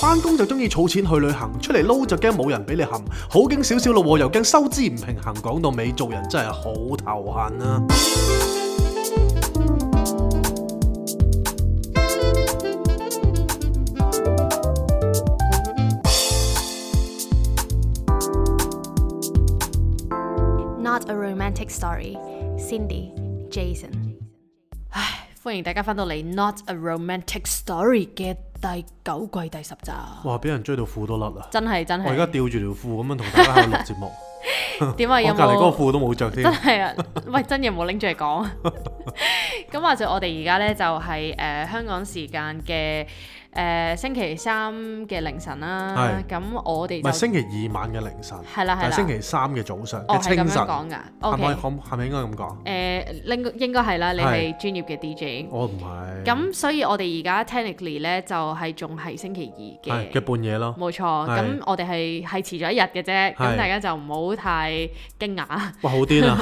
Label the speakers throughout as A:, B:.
A: 翻工就中意儲錢去旅行，出嚟撈就驚冇人俾你冚，好驚少少咯，又驚收支唔平衡。講到尾，做人真係好頭痕啊！
B: Not a romantic story. Cindy, Jason。
C: 唉，歡迎大家翻到嚟《Not a Romantic Story》嘅第九季第十集，
A: 哇，俾人追到褲都甩啦！
C: 真係真啊
A: 我而家
C: 係。
A: 吊住條褲咁樣同大家喺度錄節目，
C: 點啊？有
A: 我隔離嗰
C: 冇
A: 個？褲都冇着添
C: 真。係啊！喂，真嘢冇拎出嚟講。 咁話說我哋而家呢，就係、呃香港時間嘅誒、呃星期三嘅凌晨啦。咁我哋
A: 唔係
C: 就
A: 星期二晚嘅凌晨，
C: 係啦係
A: 但係
C: 啦
A: 星期三嘅早上
C: 哦
A: 嘅
C: 係
A: 清
C: 咁
A: 晨，
C: 樣
A: 係
C: 講㗎。
A: 咪
C: O K
A: 可係咪應該咁講？
C: 誒，應該應該係啦。你係
A: 係
C: 專業嘅 DJ。
A: 我唔係。
C: 咁所以我哋而家 technically 呢，就係仲係星期二
A: 係嘅半夜咯。
C: 冇錯，
A: 係
C: 咁我哋係係遲咗一日嘅
A: 係
C: 啫，咁大家就唔好太驚訝。
A: 哇，好癲 啊！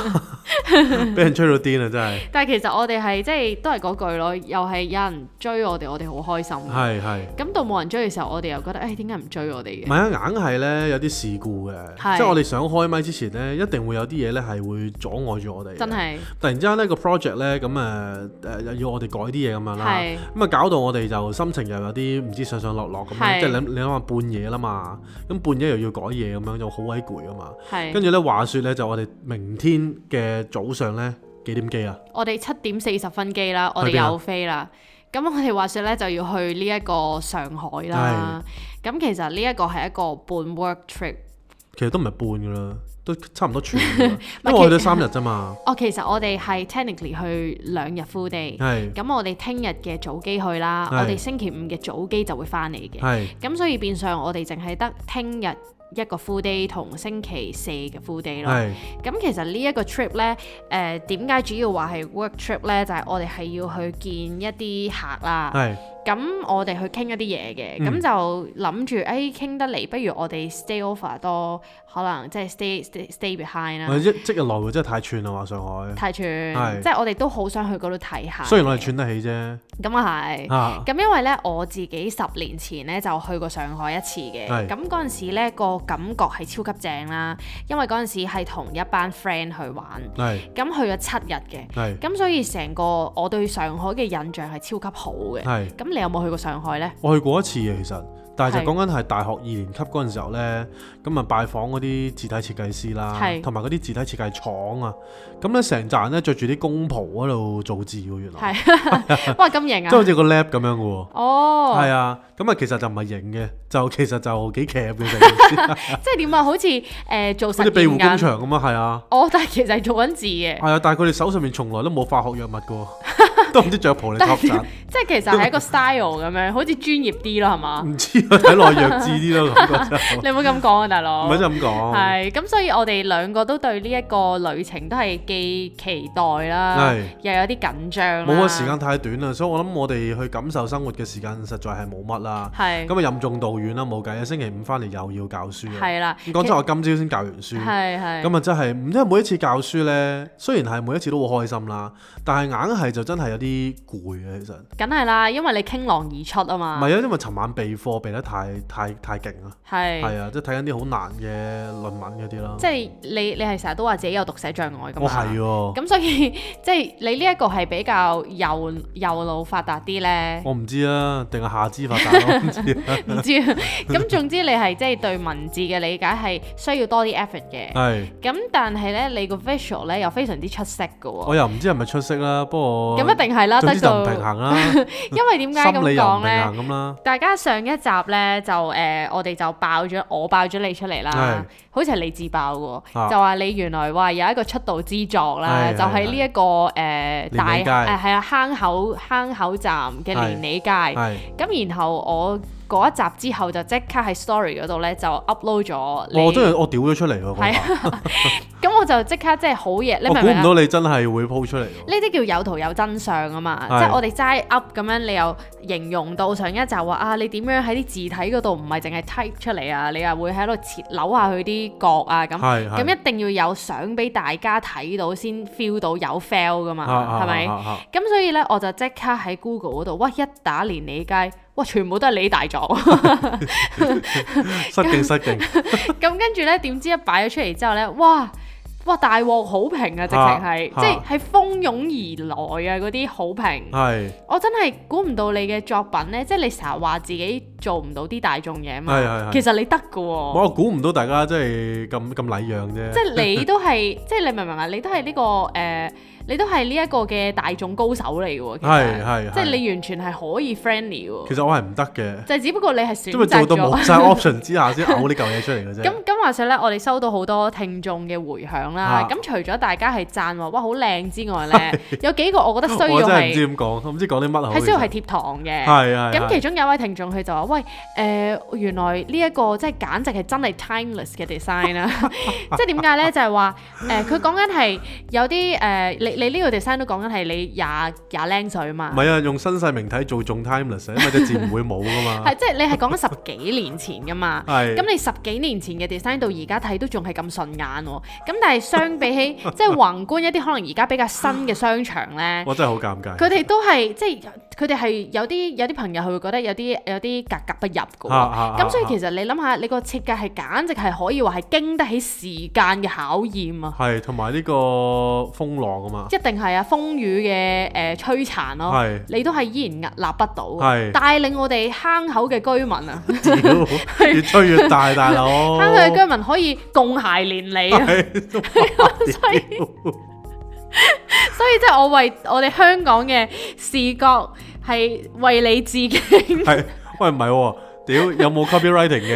A: 俾人吹到癲啊，真係。
C: 但係其實我哋係即係都係嗰句咯，又係有人追我哋，我哋好開心。
A: 係係。
C: 咁到冇人追嘅時候，我哋又覺得誒點解唔追我哋
A: 唔
C: 嘅？
A: 係啊，硬係咧有啲事故嘅，
C: 係
A: 即係我哋想開麥之前咧，一定會有啲嘢咧係會阻礙住我哋嘅。
C: 真係
A: 突然之間呢個 project 咧咁誒誒又要我哋改啲嘢咁樣啦，
C: 係
A: 咁啊搞到我哋就心情又有啲唔知上上落落咁樣，
C: 係
A: 即係你諗你諗下半夜啦嘛，咁半夜又要改嘢咁樣就好鬼攰啊嘛。跟
C: 係。
A: 住咧話說咧就我哋明天嘅早上咧幾點機啊？
C: 我哋七點四十分機啦，我哋
A: 去邊啊
C: 有飛啦。咁我哋話說咧就要去呢一個上海啦。咁其實呢一個係一個半 work trip。
A: 其實都唔係半噶啦，都差唔多全㗎啦，
C: 唔係
A: 因為我去
C: 其
A: 咗三日啫 嘛。
C: 哦，其實我哋係 technically 去兩日 full day。
A: 係
C: 咁我哋聽日嘅早機去啦，
A: 係
C: 我哋星期五嘅早機就會翻嚟嘅。
A: 係
C: 咁所以變相我哋淨係得聽日一個 full day 同星期四嘅 full day 咯。
A: 係
C: 咁其實呢一個 trip 呢，誒點解主要話係 work trip 呢？就係、我哋係要去見一啲客啦。
A: 係
C: 咁我哋去傾一啲嘢嘅，咁、
A: 嗯
C: 就諗住誒傾得嚟，不如我哋 stay over 多，可能即係 stay stay stay behind
A: 我
C: 啦。
A: 即即日來回真係太串啦嘛，上海。
C: 太串，
A: 係
C: 即係我哋都好想去嗰度睇下。
A: 雖然我哋串得起啫，
C: 咁啊係。
A: 啊
C: 咁因為咧，我自己十年前咧就去過上海一次嘅，
A: 係
C: 咁嗰陣時咧個感覺係超級正啦，因為嗰陣時係同一班 friend 去玩，
A: 係
C: 咁去咗七日嘅，
A: 係
C: 咁所以成個我對上海嘅印象係超級好嘅。
A: 係，
C: 咁你有冇去過上海呢？
A: 我去過一次嘅其實，但係
C: 係
A: 就講緊係大學二年級嗰陣時候呢，咁啊拜訪嗰啲字體設計師啦
C: 係，
A: 同埋嗰啲字體設計廠啊，咁呢成扎人呢着住啲工袍喺度做字喎，原來，
C: 係，啊 哇咁型
A: 哦即係好
C: 啊！
A: 似個 lab 咁樣嘅喎。係
C: 哦，
A: 啊，咁啊其實就唔係型嘅，就其實就幾騎嘅成件 事，
C: 即係點啊？好似誒、呃做
A: 好
C: 實
A: 似庇護工
C: 驗
A: 場
C: 緊，
A: 咁啊，係 啊，
C: 哦，但係其實係做緊 字嘅，
A: 係啊，但係佢哋手上面從來都冇化學藥物嘅喎， 都唔知着袍嚟
C: 但
A: 吸
C: 係
A: 塵。
C: 即係其實係一個 style 咁樣，好似專業啲咯，係嘛？
A: 唔知啊，睇落弱智啲咯，感覺就
C: 你唔好咁講啊，大
A: 唔
C: 佬。
A: 係真係咁講，
C: 係，咁所以我哋兩個都對呢一個旅程都係既期待啦
A: 係，
C: 又有啲緊張啦。
A: 冇啊，時間太短啦，所以我諗我哋去感受生活嘅時間實在係冇乜啦。
C: 係
A: 咁啊任重道遠啦，冇計啊，星期五翻嚟又要教書啊。
C: 係啦，
A: 咁講真，我今朝先教完書，
C: 係係
A: 咁啊真係，因為每一次教書呢，雖然係每一次都好開心啦，但係硬係就真係有啲攰嘅其實。唔
C: 梗係啦，因為你傾囊而出啊
A: 係啊，
C: 嘛。
A: 因為尋晚備課備得太太太勁啦，
C: 係，
A: 係啊，即係睇緊啲好難嘅論文嗰啲啦。
C: 即係你你係成日都話自己有讀寫障礙㗎
A: 我哦
C: 嘛
A: 係。啊喎，
C: 咁所以 即係你呢一個係比較右右腦發達啲咧，
A: 我唔知啊，定係下肢發達咯，唔 知啊。
C: 唔知啊。咁總之你係即係對文字嘅理解係需要多啲 effort 嘅。
A: 係。
C: 咁但係咧，你個 visual 咧又非常之出色嘅喎。
A: 我又唔知係咪出色啦，不過
C: 咁一定係啦，
A: 總
C: 得
A: 之就唔
C: 到。
A: 平衡啦，
C: 因為 點
A: 心
C: 解咁
A: 理又唔
C: 講
A: 平
C: 呢？
A: 衡咁啦，
C: 大家上一集呢，就誒、呃我哋就爆咗我爆咗你出嚟啦
A: 係，
C: 好似係你自爆嘅喎，
A: 啊
C: 就話你原來話有一個出道之作啦，
A: 係
C: 就喺呢一個誒、呃
A: 連
C: 大
A: 理
C: 誒
A: 街
C: 係啊坑口坑口站嘅
A: 係
C: 連理街，
A: 係
C: 咁然後我嗰一集之後就即刻喺 story 嗰度呢，就 upload 咗
A: 我真
C: 你，
A: 係我屌咗出嚟喎，
C: 係啊
A: 嗰下
C: 咁我就即刻即係好嘢，你
A: 我
C: 明唔
A: 估
C: 明
A: 唔
C: 啊？
A: 到你真係會鋪出嚟喎。
C: 呢啲叫有圖有真相啊嘛，
A: 係
C: 即係我哋齋 up 咁樣，你又形容到上一集話啊，你點樣喺啲字體嗰度唔係淨係 type 出嚟啊，你又會喺度切扭下佢啲角啊咁，
A: 係係
C: 咁一定要有相俾大家睇到先 feel 到有 fail 噶嘛，
A: 啊啊
C: 係咪？
A: 啊啊啊
C: 咁所以呢，我就即刻喺 Google 嗰度，哇！一打連理街，哇！全部都係李大作。
A: 失 敬失敬，
C: 咁跟住呢，點知一擺咗出嚟之後呢，哇！哇！大獲好評啊，直情係，
A: 啊
C: 即係係蜂擁而來啊！嗰啲好評，
A: 係
C: 我真係估唔到你嘅作品呢，即係你成日話自己做唔到啲大眾嘢
A: 係係
C: 嘛，
A: 係
C: 其實你得嘅喎，
A: 我估唔到大家真係咁咁禮讓啫。
C: 即哦係你都係，即係你明唔明啊？你都係呢個誒，你都係呢一個嘅大眾高手嚟嘅喎，其
A: 係
C: 實，
A: 係
C: 即係
A: 係
C: 你完全係可以 friendly 嘅
A: 其
C: 喎，
A: 實我係唔得嘅，
C: 就係只不過你係選
A: 因為
C: 擇
A: 做到
C: 咗
A: 冇。晒 option 之下先嘔呢嚿嘢出嚟嘅啫。
C: 咁咁話說咧，我哋收到好多聽眾嘅回響啦
A: 啊。
C: 咁、除咗大家係讚話哇好靚之外咧，有幾個我覺得需
A: 我
C: 要
A: 真係唔知
C: 係
A: 點講，我唔知講啲乜好。
C: 係需要係
A: 其實
C: 貼堂嘅。
A: 係係
C: 咁
A: 係
C: 其中有一位聽眾佢就話：喂，誒、原來呢一個即係簡直係真係 timeless 嘅 design 啦、 即係點解咧？就係話誒，佢講緊係有啲誒、你你呢個 design 都講緊係你廿廿零歲嘛
A: 唔。係啊，用新世名體做仲 timeless，因為啊隻字唔會冇噶嘛。
C: 係即係你係講緊十幾年前噶嘛，
A: 係
C: 咁你十幾年前嘅 design 到而家睇都仲係咁順眼喎，咁但係相 比起即係宏觀一啲可能而家比較新嘅商場呢，
A: 我真係好尷尬。
C: 佢哋都係即係佢哋係有啲有啲朋友佢會覺得有啲有啲格格不入嘅
A: 啊啊
C: 喎，
A: 啊
C: 咁所以其實你諗下，你個設計係簡直係可以話係經得起時間嘅考驗啊！
A: 係同埋呢個風浪啊嘛。
C: 一定係啊，風雨嘅誒摧殘咯
A: 係，
C: 你都係依然屹立不倒，啊
A: 係
C: 帶領我哋坑口嘅居民啊！
A: 屌，越吹越大，大佬。
C: 坑佢嘅居民可以共諧連理 啊！
A: 係，
C: 所以即係我為我哋香港嘅視覺係為你致敬。
A: 係喂唔係喎，屌有冇 copywriting 嘅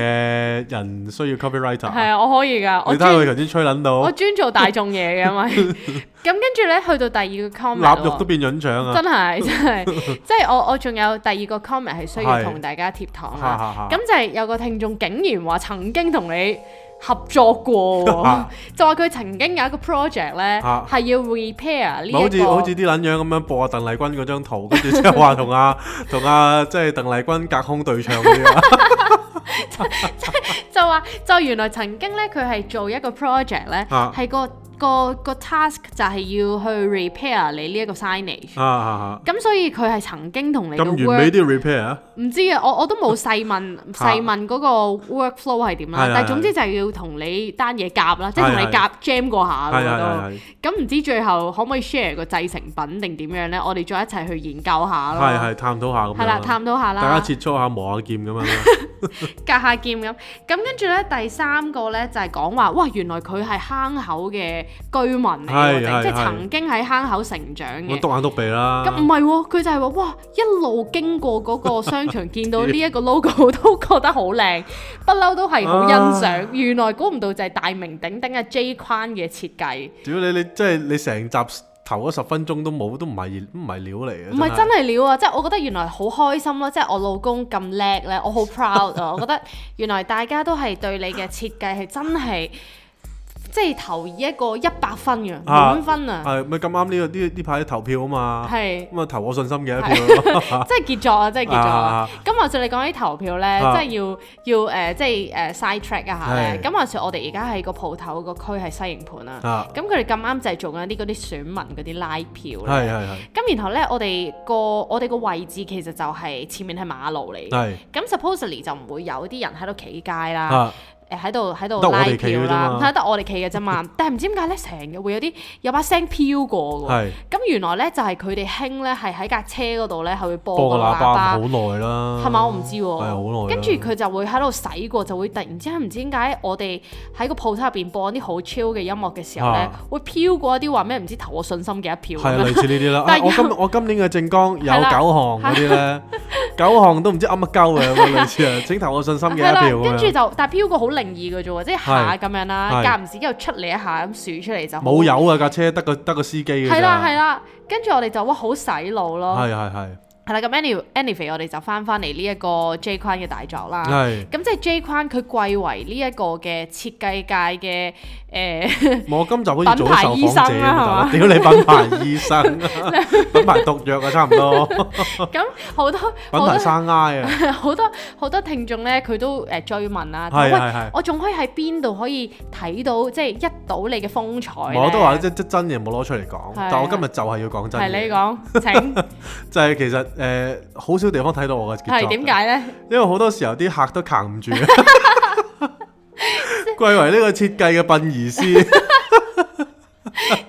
A: 人需要 copywriter？
C: 係
A: 啊
C: 啊，我可以㗎，我
A: 你睇下佢
C: 專
A: 頭先吹撚到
C: 我，專做大眾嘢嘅，因為 咁跟住咧去到第二個 comment
A: 臘肉都
C: 喎。
A: 變潤腸啊
C: 真！係真係，即係我我仲有第二個 comment 係需要
A: 係
C: 同大家貼堂
A: 哈
C: 啦。
A: 哈哈
C: 咁就係有個聽眾竟然話曾經同你合作過喎
A: 啊，
C: 就話佢曾經有一個 project 咧
A: 啊
C: 係要 repair 呢
A: 咪好
C: 一
A: 似好似
C: 個。
A: 啲撚樣咁樣播下鄧麗君嗰張圖，跟住之後話同 阿同阿即係鄧麗君隔空對唱嗰啲啊，
C: 就話就原來曾經咧，佢係做一個 project 咧，
A: 啊
C: 係、個個個 task 就係要去 repair 你呢一個 signage。
A: 啊啊啊
C: 咁所以佢係曾經同你嘅
A: 咁完美
C: work
A: 啲 repair 啊！
C: 唔知啊，我我都冇 細問細問嗰個 workflow 係點啦
A: 係，
C: 但係
A: 係
C: 總之就係要同你單嘢夾啦，即係同你
A: 係
C: 夾 jam 過下
A: 係係
C: 咁
A: 係
C: 都。
A: 係
C: 咁唔知最後可唔可以 share 個製成品定點樣呢？我哋再一齊去研究下咯。
A: 係係探討下咁
C: 係
A: 樣啊
C: 啦，
A: 啦，
C: 探討下啦。
A: 大家切磋下磨下劍咁樣啦。
C: 隔下劍咁。咁跟住咧，第三個咧就係講話，哇！原來佢係坑口嘅居民嚟
A: 係
C: 喎，定
A: 係
C: 即係
A: 係
C: 曾經喺坑口成長
A: 我
C: 嘅。
A: 篤眼篤鼻啦。
C: 咁唔係喎，佢就係話哇，一路經過嗰個商場，見到呢一個 logo 都覺得好靚，不嬲都係好欣
A: 啊
C: 賞。原來估唔到就係大名鼎鼎嘅 J 框嘅設計，
A: 屌你你即係你成集頭嗰十分鐘都冇，都唔係唔係料嚟嘅。
C: 唔係真係料啊！即係我覺得原來好開心咯，即係我老公咁叻咧，我好 proud 啊！我覺得原來大家都係對你嘅設計係真係即係投以一個一百分嘅
A: 啊
C: 滿分啊，
A: 係咪咁啱呢個呢呢排投票啊嘛？
C: 係
A: 咁啊投我信心嘅一票咯。
C: 即係傑作啊！即係傑作
A: 啊
C: 啊
A: 啊！
C: 咁話説你講起投票咧，
A: 啊
C: 即係要要誒、呃即係誒、呃 side track 一下咧。
A: 係
C: 咁話説我哋而家喺個鋪頭個區係西營盤啦，
A: 啊，
C: 咁佢哋咁啱就係做緊啲嗰啲選民嗰啲拉票啦。
A: 係係係
C: 咁然後咧，我哋個我哋個位置其實就係前面係馬路嚟嘅，
A: 係
C: 咁 supposedly 就唔會有啲人喺度企街啦。
A: 啊
C: 誒喺度喺
A: 得
C: 度
A: 我
C: 拉
A: 哋企
C: 票
A: 嘅啫
C: 啦，
A: 嘛
C: 唔睇得我哋企嘅啫嘛。 但係唔知點解咧，成日會有啲有把聲飄過嘅喎
A: 係。
C: 咁原來咧就係佢哋興咧係喺架車嗰度咧係會播
A: 播
C: 個
A: 個
C: 喇
A: 喇
C: 叭
A: 叭，好耐啦。
C: 係嘛？我唔知
A: 係啊好
C: 喎。
A: 耐啦。
C: 跟住佢就會喺度洗過，就會突然之間唔知點解我哋喺個鋪頭入邊播啲好 chill 嘅音樂嘅時候咧
A: 啊，
C: 會飄過一啲話咩唔知投我信心嘅一票
A: 係
C: 咁
A: 啊
C: 樣。
A: 類似呢啲啦。啊
C: 但係
A: 我
C: 有
A: 今我今年嘅政綱有九
C: 係啦
A: 項嗰啲咧，九項都唔知噏乜鳩嘅，咁啊類似啊。請投我信心嘅一
C: 係啦，
A: 票
C: 跟住
A: 咁樣。
C: 就但係飄過好靈異嘅啫喎，即係下
A: 係
C: 咁樣啦，
A: 係
C: 間唔時又出嚟一下咁數出嚟就好
A: 冇油啊架車，得個得個司機嘅咋。
C: 係啦係啦，跟住我哋就哇好洗腦咯。
A: 係係係。
C: 係啦，咁 any anyway，我哋就翻翻嚟呢一個 J 框嘅大作啦。
A: 係
C: 咁即係 J 框佢貴為呢一個嘅設計界嘅誒
A: 我今集好似做咗受
C: 品牌醫
A: 訪
C: 生
A: 者
C: 啦
A: 啊，屌你品牌 醫生啊， 品牌毒藥啊，差唔多，品
C: 咁好多好
A: 牌
C: 多
A: 生埃啊，
C: 好多好多聽眾咧，佢都誒追問啦。
A: 係
C: 喂
A: 係係
C: 我仲可以喺邊度可以睇到即係一睹你嘅風采
A: 唔
C: 咧
A: 係我都話即即真嘢冇攞出嚟講，
C: 係
A: 但我今日就係要講真
C: 係你
A: 嘢，
C: 講請
A: 就係其實誒好少地方睇到我嘅傑
C: 係
A: 作
C: 點？解咧？
A: 因為好多時候啲客都扛唔 住， 貴為呢個設計嘅殯儀 師，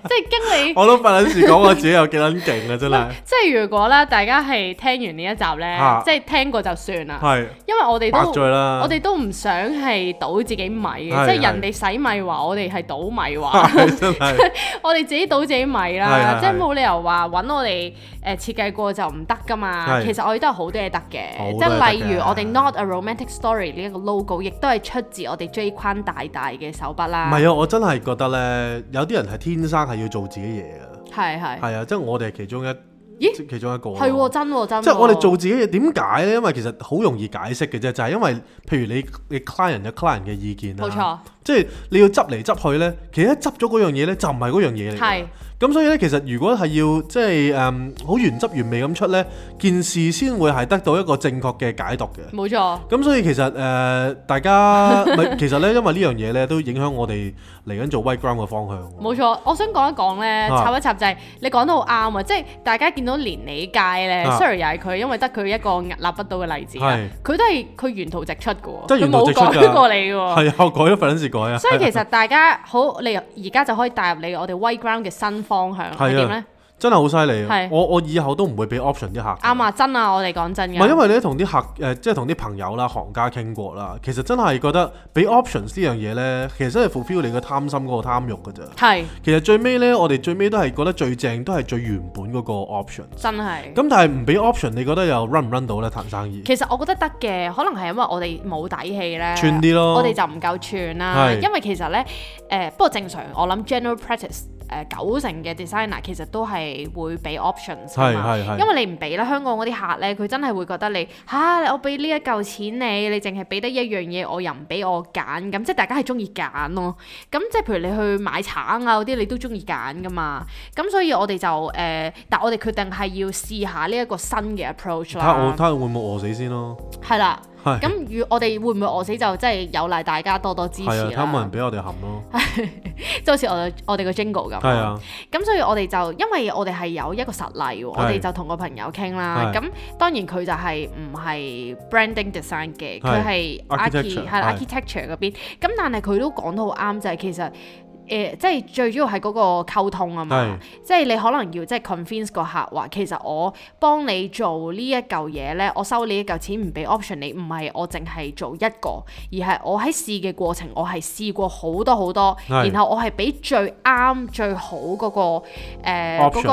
C: 即係經理。
A: 我都不撚事講我自己有幾撚勁啊！真係
C: 即係如果咧，大家係聽完呢一集咧，
A: 啊
C: 即係聽過就算啦，
A: 係
C: 因為我哋
A: 白
C: 都
A: 醉啦，
C: 我哋都唔想係倒自己米嘅，
A: 係
C: 即係
A: 係
C: 人哋洗米話我哋係倒米 話，
A: 係真 係
C: 我哋自己倒自己米啦
A: 係係，
C: 即係冇理由話揾我哋誒設計過就唔得噶嘛。
A: 係
C: 其實我哋都有好多嘢得
A: 好
C: 嘅，
A: 多嘢
C: 即
A: 得
C: 係
A: 嘅
C: 例如我哋 Not a Romantic Story 呢一個 logo，亦都係出自我哋 J 框大大嘅手筆
A: 唔
C: 啦。
A: 係啊！我真係覺得咧，有啲人係天生係要做自己嘢嘅。
C: 係係
A: 係啊，即係我哋係其中一，
C: 咦
A: 即其中一個咯。
C: 係喎，真喎真喎。
A: 即係我哋做自己嘢點解咧？因為其實好容易解釋嘅啫，就係因為譬如你你 client 有 client 嘅意見啦，
C: 冇錯，
A: 即係你要執嚟執去咧，其實一執咗嗰樣嘢咧就唔係嗰樣嘢嚟㗎
C: 係。
A: 咁所以咧，其實如果係要即係誒好原汁原味咁出咧，件事先會係得到一個正確嘅解讀嘅。
C: 冇錯。
A: 咁所以其實誒、呃大家咪 其實咧，因為呢樣嘢咧都影響我哋嚟緊做 white ground 嘅方向。
C: 冇錯，我想講一講咧，
A: 啊
C: 插一插就係、你講得好啱啊！即係大家見到連理街咧、
A: 啊
C: s o r r y 又係佢，因為得佢一個屹立不倒嘅例子啦
A: 係。
C: 佢都係佢沿途直出嘅喎，
A: 即係
C: 佢
A: 沿途
C: 冇
A: 直出㗎
C: 改過你嘅喎。
A: 係啊，我改咗份事改 啊。
C: 所以其實大家好，你而家就可以帶入你我哋 White Ground 嘅新方向
A: 啊
C: 係點咧？
A: 真係好犀利啊
C: 係！
A: 我我以後都唔會俾 option 啲客。
C: 啱！啊，真啊，我哋講真
A: 唔係因
C: 嘅。
A: 為咧，同啲客誒、呃即係同啲朋友啦、行家傾過啦，其實真係覺得俾 options 呢樣嘢咧，其實真係 fulfill 你嘅貪心嗰個貪欲㗎咋。
C: 係
A: 其實最尾咧，我哋最尾都係覺得最正，都係最原本嗰個 option。
C: 真係。
A: 咁但係唔俾 option，你覺得又 run 唔 run 到咧？談生意
C: 其實我覺得得嘅，可能係因為我哋冇底氣咧，
A: 串啲咯
C: 我哋就唔夠串啦。
A: 係
C: 因為其實咧，誒、不過正常，我諗 general practice 誒、九成嘅 designer 其實都係會俾 options 㗎嘛
A: 係係係
C: 因為你唔俾咧，香港嗰啲客咧，佢真係會覺得你吓、我俾呢一嚿錢你，你淨係俾得一樣嘢，我又唔俾我揀，咁即係大家係中意揀咯。咁即係譬如你去買橙啊嗰啲，你都中意揀噶嘛。咁所以我哋就誒、但我哋決定係要試下呢一個新嘅 approach
A: 睇下我
C: 啦
A: 睇。下會唔會餓死先咯。
C: 係啦，
A: 係
C: 咁如我哋會唔會餓死就真係有賴大家多多支持
A: 係啊，睇下有冇人
C: 啦，
A: 俾我哋含咯。
C: 即係好似我哋我哋個 jingle 咁。
A: 係啊，
C: 咁所以我哋就因為我哋係有一個實例喎，我哋就同個朋友傾啦。
A: 係
C: 咁當然佢就係唔係 branding design 嘅，佢係
A: architecture，
C: archi 係啦
A: 係
C: architecture 嗰邊。咁但係佢都講得好啱，就係其實。誒、即係最主要係嗰個溝通啊嘛
A: 係，
C: 即係你可能要即係 convince 個客話，其實我幫你做呢一嚿嘢咧，我收你一嚿錢唔俾 option 你，唔係我淨係做一個，而係我喺試嘅過程，我係試過好多好多，
A: 係
C: 然後我係俾最啱最好嗰、個誒嗰、
A: Option
C: 個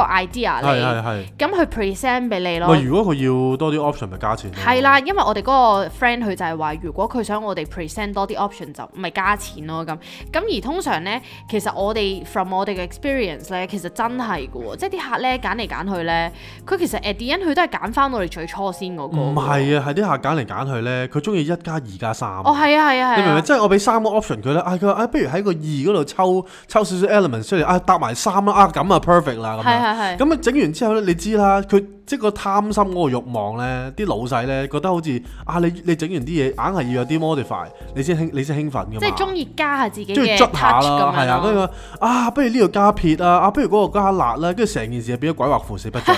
A: 係
C: idea
A: 係
C: 你，
A: 係。
C: 咁去 present 俾你咯
A: 喂，。如果佢要多啲 option，咪加錢咯。
C: 係啦，因為我哋嗰個 friend 佢就係話，如果佢想我哋 present 多啲 option 就咪加錢咯咁。咁而通常呢，其實我哋 from 我哋嘅 experience 呢，其實真係嘅喎，即係啲客呢揀嚟揀去呢，佢其實 at the end 佢都係揀翻我哋最初先嗰個。
A: 唔係啊，係啲客揀嚟揀去咧，佢中意一加二加三。
C: 哦，係啊，係啊，係啊。
A: 你明唔明？即係我俾三個 option 佢咧，啊佢話啊，不如喺個二嗰度抽抽少少 element 出嚟，啊搭埋三啦，啊咁啊 perfect 啦咁
C: 係
A: 樣。
C: 係係。
A: 咁啊整完之後咧，你知啦，佢即係個貪心嗰個慾望咧，啲老細咧覺得好似啊你你整完啲嘢硬係要有啲 modify，你先興你先興奮㗎嘛。
C: 即係中意加下自己
A: 中意
C: 嘅 touch
A: 捽下
C: 咁
A: 啦，係
C: 樣
A: 啊，跟住
C: 咯。
A: 話啊，不如呢度加撇啊，啊不如嗰個加辣啦，跟住成件事就變咗鬼畫符四不 像，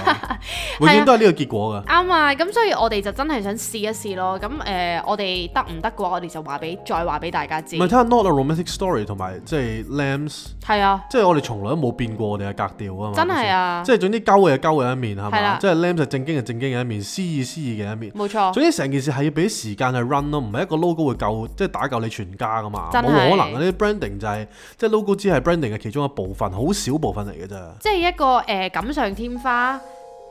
A: 永遠都係呢個結果㗎。
C: 啱啊，咁所以我哋就真係想試一試咯。咁誒、呃我哋得唔得嘅話，我哋就話俾再話俾大家知
A: 唔係。睇下 Not a Romantic Story 同埋即係 Lambs。
C: 係啊，
A: 即係我哋從來都冇變過我哋嘅格調啊嘛，
C: 真係啊
A: 咪先即係總之鳩嘅鳩嘅一面係
C: 係
A: 嘛，
C: 啦
A: 即係 lam 就正經嘅正經嘅一面，詩意詩意嘅一面。
C: 冇錯。
A: 總之成件事係要俾時間去 run 咯，唔係一個 logo 會夠即係打夠你全家噶嘛，冇
C: 真係
A: 可能嘅。啲 branding 就係、即係 logo 只係 branding 嘅其中一部分，好少部分嚟嘅咋。
C: 即係一個誒、呃錦上添花，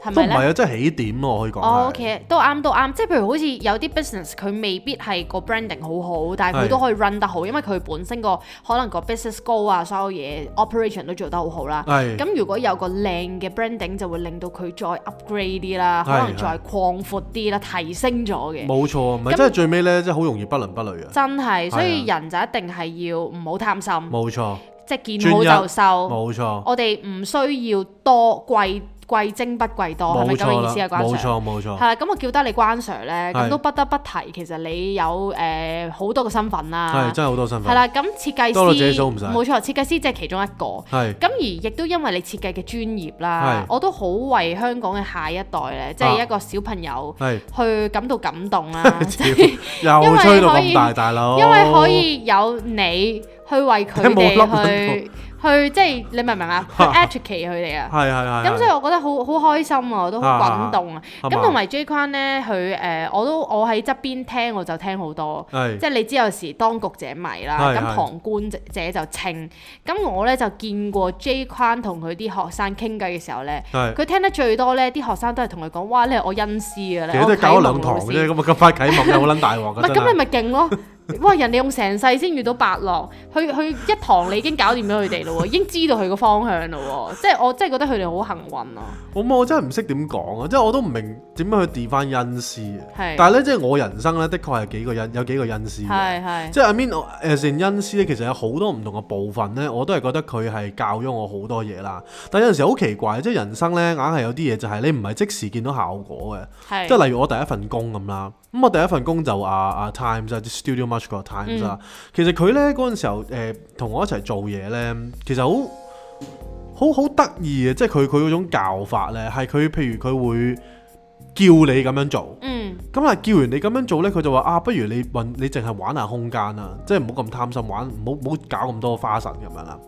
C: 係
A: 都
C: 咪
A: 唔係
C: 咧？
A: 啊，即係起點咯，可以講係。
C: 哦，OK，都啱，都啱。即係譬如好似有啲 business，佢未必係個 branding 好好，但係
A: 係
C: 佢都可以 run 得好，因為佢本身個可能個 business goal 啊，所有嘢 operation 都做得好好啦。
A: 係
C: 咁如果有個靚嘅 branding，就會令到佢再 upgrade 啲啦，可能
A: 係
C: 再擴闊啲啦，提升咗嘅。
A: 冇錯，唔係
C: 咁
A: 真係最尾咧，真係好容易不倫不類啊。
C: 真係，所以
A: 係啊
C: 人就一定係要唔好貪心，
A: 冇錯，
C: 即係見
A: 專
C: 好
A: 一
C: 就收。
A: 冇錯，
C: 我哋唔需要多貴貴精不貴多，係咪
A: 冇
C: 咁嘅
A: 錯
C: 意
A: 啦
C: 思啊？，關
A: 冇
C: Sir 嗯
A: 錯冇錯
C: 係。啦，咁我叫得你關 Sir 咧，咁
A: 係
C: 都不得不提，其實你有誒好、多個身份
A: 係
C: 啦，
A: 真係好多身
C: 係
A: 份，
C: 啦，咁設計
A: 多到自己
C: 師
A: 數唔晒
C: 冇錯，設計師即係其中一個。
A: 係
C: 咁而亦都因為你設計嘅專業啦
A: 係，
C: 我都好為香港嘅下一代咧，即係一個小朋友
A: 係，
C: 去感到感動 啦，即係
A: 屌又
C: 因為
A: 吹到
C: 可以
A: 咁大，大佬，
C: 因為可以有你去為佢
A: 冇粒
C: 哋
A: 兩
C: 去去即係你明唔明 啊？去 educate 佢哋啊！
A: 係係係。
C: 咁所以我覺得好好開心啊，我都好滾動啊！
A: 係嘛
C: 咁同埋 J Kwan 咧，佢誒、呃我都我喺側邊聽我就聽好多，
A: 係
C: 即係你知有時當局者迷啦，
A: 係
C: 咁
A: 係
C: 旁觀者就稱。咁我咧就見過 J Kwan 同佢啲學生傾偈嘅時候咧，
A: 係
C: 佢聽得最多咧，啲學生都係同佢講：哇，你係我恩師
A: 其
C: 嘅咧，
A: 實
C: 我
A: 都係教咗
C: 啟
A: 兩
C: 蒙
A: 堂
C: 老
A: 啫，
C: 師。
A: 咁啊咁快啟蒙嘅好撚大鑊
C: 唔
A: 㗎
C: 係
A: 真
C: 咁你
A: 係。
C: 咪勁咯！ 哇，人哋用成世先遇到伯樂，佢佢一堂你已經搞掂咗佢哋咯喎，已經知道佢個方向咯喎，即係我真係覺得佢哋好幸運咯，
A: 我我真係唔識點講啊，即係我都唔明點樣去 define 恩師啊。
C: 係。
A: 但係咧，即係我人生咧，的確係幾個恩有幾個恩師嘅。
C: 係係
A: 即係 I mean，我 as in 恩師咧，其實有好多唔同嘅部分咧，我都係覺得佢係教咗我好多嘢啦。但有陣時好奇怪，即係人生咧，硬係有啲嘢就係你唔係即時見到效果嘅。
C: 係，
A: 即係例如我第一份工咁啦，咁我第一份工就啊啊 Times 啊啲 Studio Much 個 Times 啊，其實佢咧嗰陣時候誒同、我一齊做嘢咧，其實好好好得意嘅，即係佢佢嗰種教法咧，係佢譬如佢會叫你咁樣做。
C: 嗯
A: 咁啊，叫完你咁樣做呢，佢就話啊，不如你運你淨係玩下空間啦，即係唔好咁貪心玩，唔好唔好搞咁多花神咁樣啦。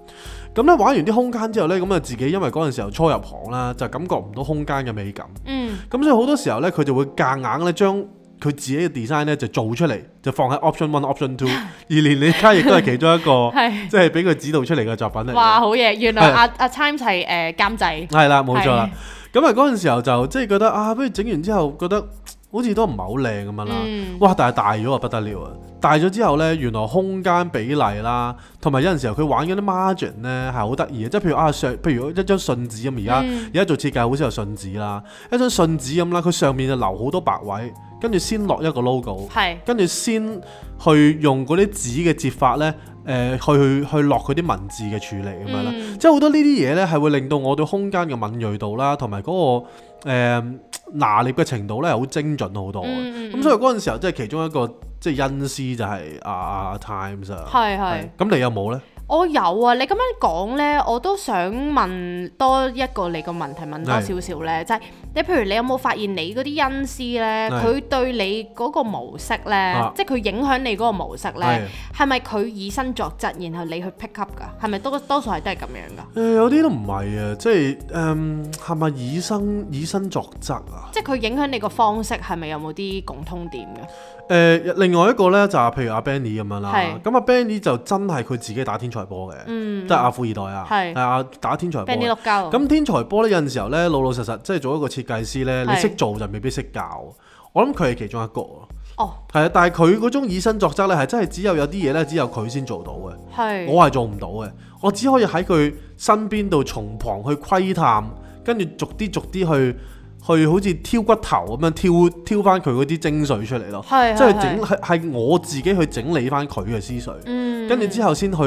A: 咁呢，玩完啲空間之後呢，咁啊自己因為嗰陣時候初入行啦，就感覺唔到空間嘅美感，
C: 嗯
A: 咁所以好多時候呢，佢就會夾硬呢將佢自己嘅 design 呢就做出嚟，就放喺 option one、option two，而連李嘉亦都係其中一個，
C: 係，
A: 即係俾佢指導出嚟嘅作品嚟嘅。
C: 哇好嘢！原來
A: 係啊
C: 阿阿 Times 係誒監製，
A: 係啦，冇錯啦
C: 係。
A: 咁啊嗰陣時候就即係覺得啊，不如整完之後覺得好似都唔係好靚咁樣啦。
C: 嗯
A: 哇！但係大咗啊，不得了啊！大咗之後呢，原來空間比例啦，同埋有陣時候佢玩嗰啲 margin 呢係好得意嘅，即係譬如啊上，譬如一張信紙咁，而家
C: 嗯
A: 而家做設計好少有信紙啦，一張信紙咁啦，佢上面就留好多白位，跟住先落一個 logo，
C: 係
A: 跟住先去用嗰啲紙嘅折法呢，誒、去去去落佢啲文字嘅處理咁樣啦，
C: 嗯
A: 即係好多呢啲嘢呢係會令到我對空間嘅敏鋭度啦，同埋嗰個、誒拿捏嘅程度呢係好精準好多嘅。
C: 嗯
A: 咁所以嗰陣時候，即係其中一個即係恩師就係啊啊 Times 啊，
C: 係係，
A: 咁你有冇咧？
C: 我有啊！你咁樣講咧，我都想問多一個你個問題，問多
A: 係
C: 少少咧，就係你譬如你有冇發現你嗰啲恩師咧，
A: 係
C: 佢對你嗰個模式咧
A: 啊，
C: 即係佢影響你嗰個模式咧
A: 係，
C: 係咪佢以身作則，然後你去 pick up 㗎？係咪多多數係都係咁樣㗎？
A: 誒有啲都唔係啊，即係誒係咪以身以身作則啊？
C: 即係佢影響你個方式係咪有冇啲共通點嘅？
A: 誒、另外一個咧就係譬如阿 Benny 咁樣啦
C: 係，
A: 咁阿 Benny 就真係佢自己打天才波嘅，
C: 嗯
A: 即係阿富二代啊，
C: 係
A: 係啊打天才波
C: b e n n
A: 嘅。
C: y 六鳩。
A: 咁天才波咧有陣時候咧老老實實，即係做一個設計師咧，你
C: 係
A: 識做就未必識教。我諗佢係其中一個咯，
C: 哦，
A: 係啊，但係佢嗰種以身作則咧係真係只有有啲嘢咧只有佢先做到嘅。
C: 係。
A: 我係做唔到嘅，我只可以喺佢身邊度從旁去窺探，跟住逐啲逐啲去去好似挑骨頭咁樣挑挑翻佢嗰啲精髓出嚟咯，
C: 係
A: 即係
C: 係
A: 整係係我自己去整理翻佢嘅思緒，
C: 嗯，
A: 跟住之後先去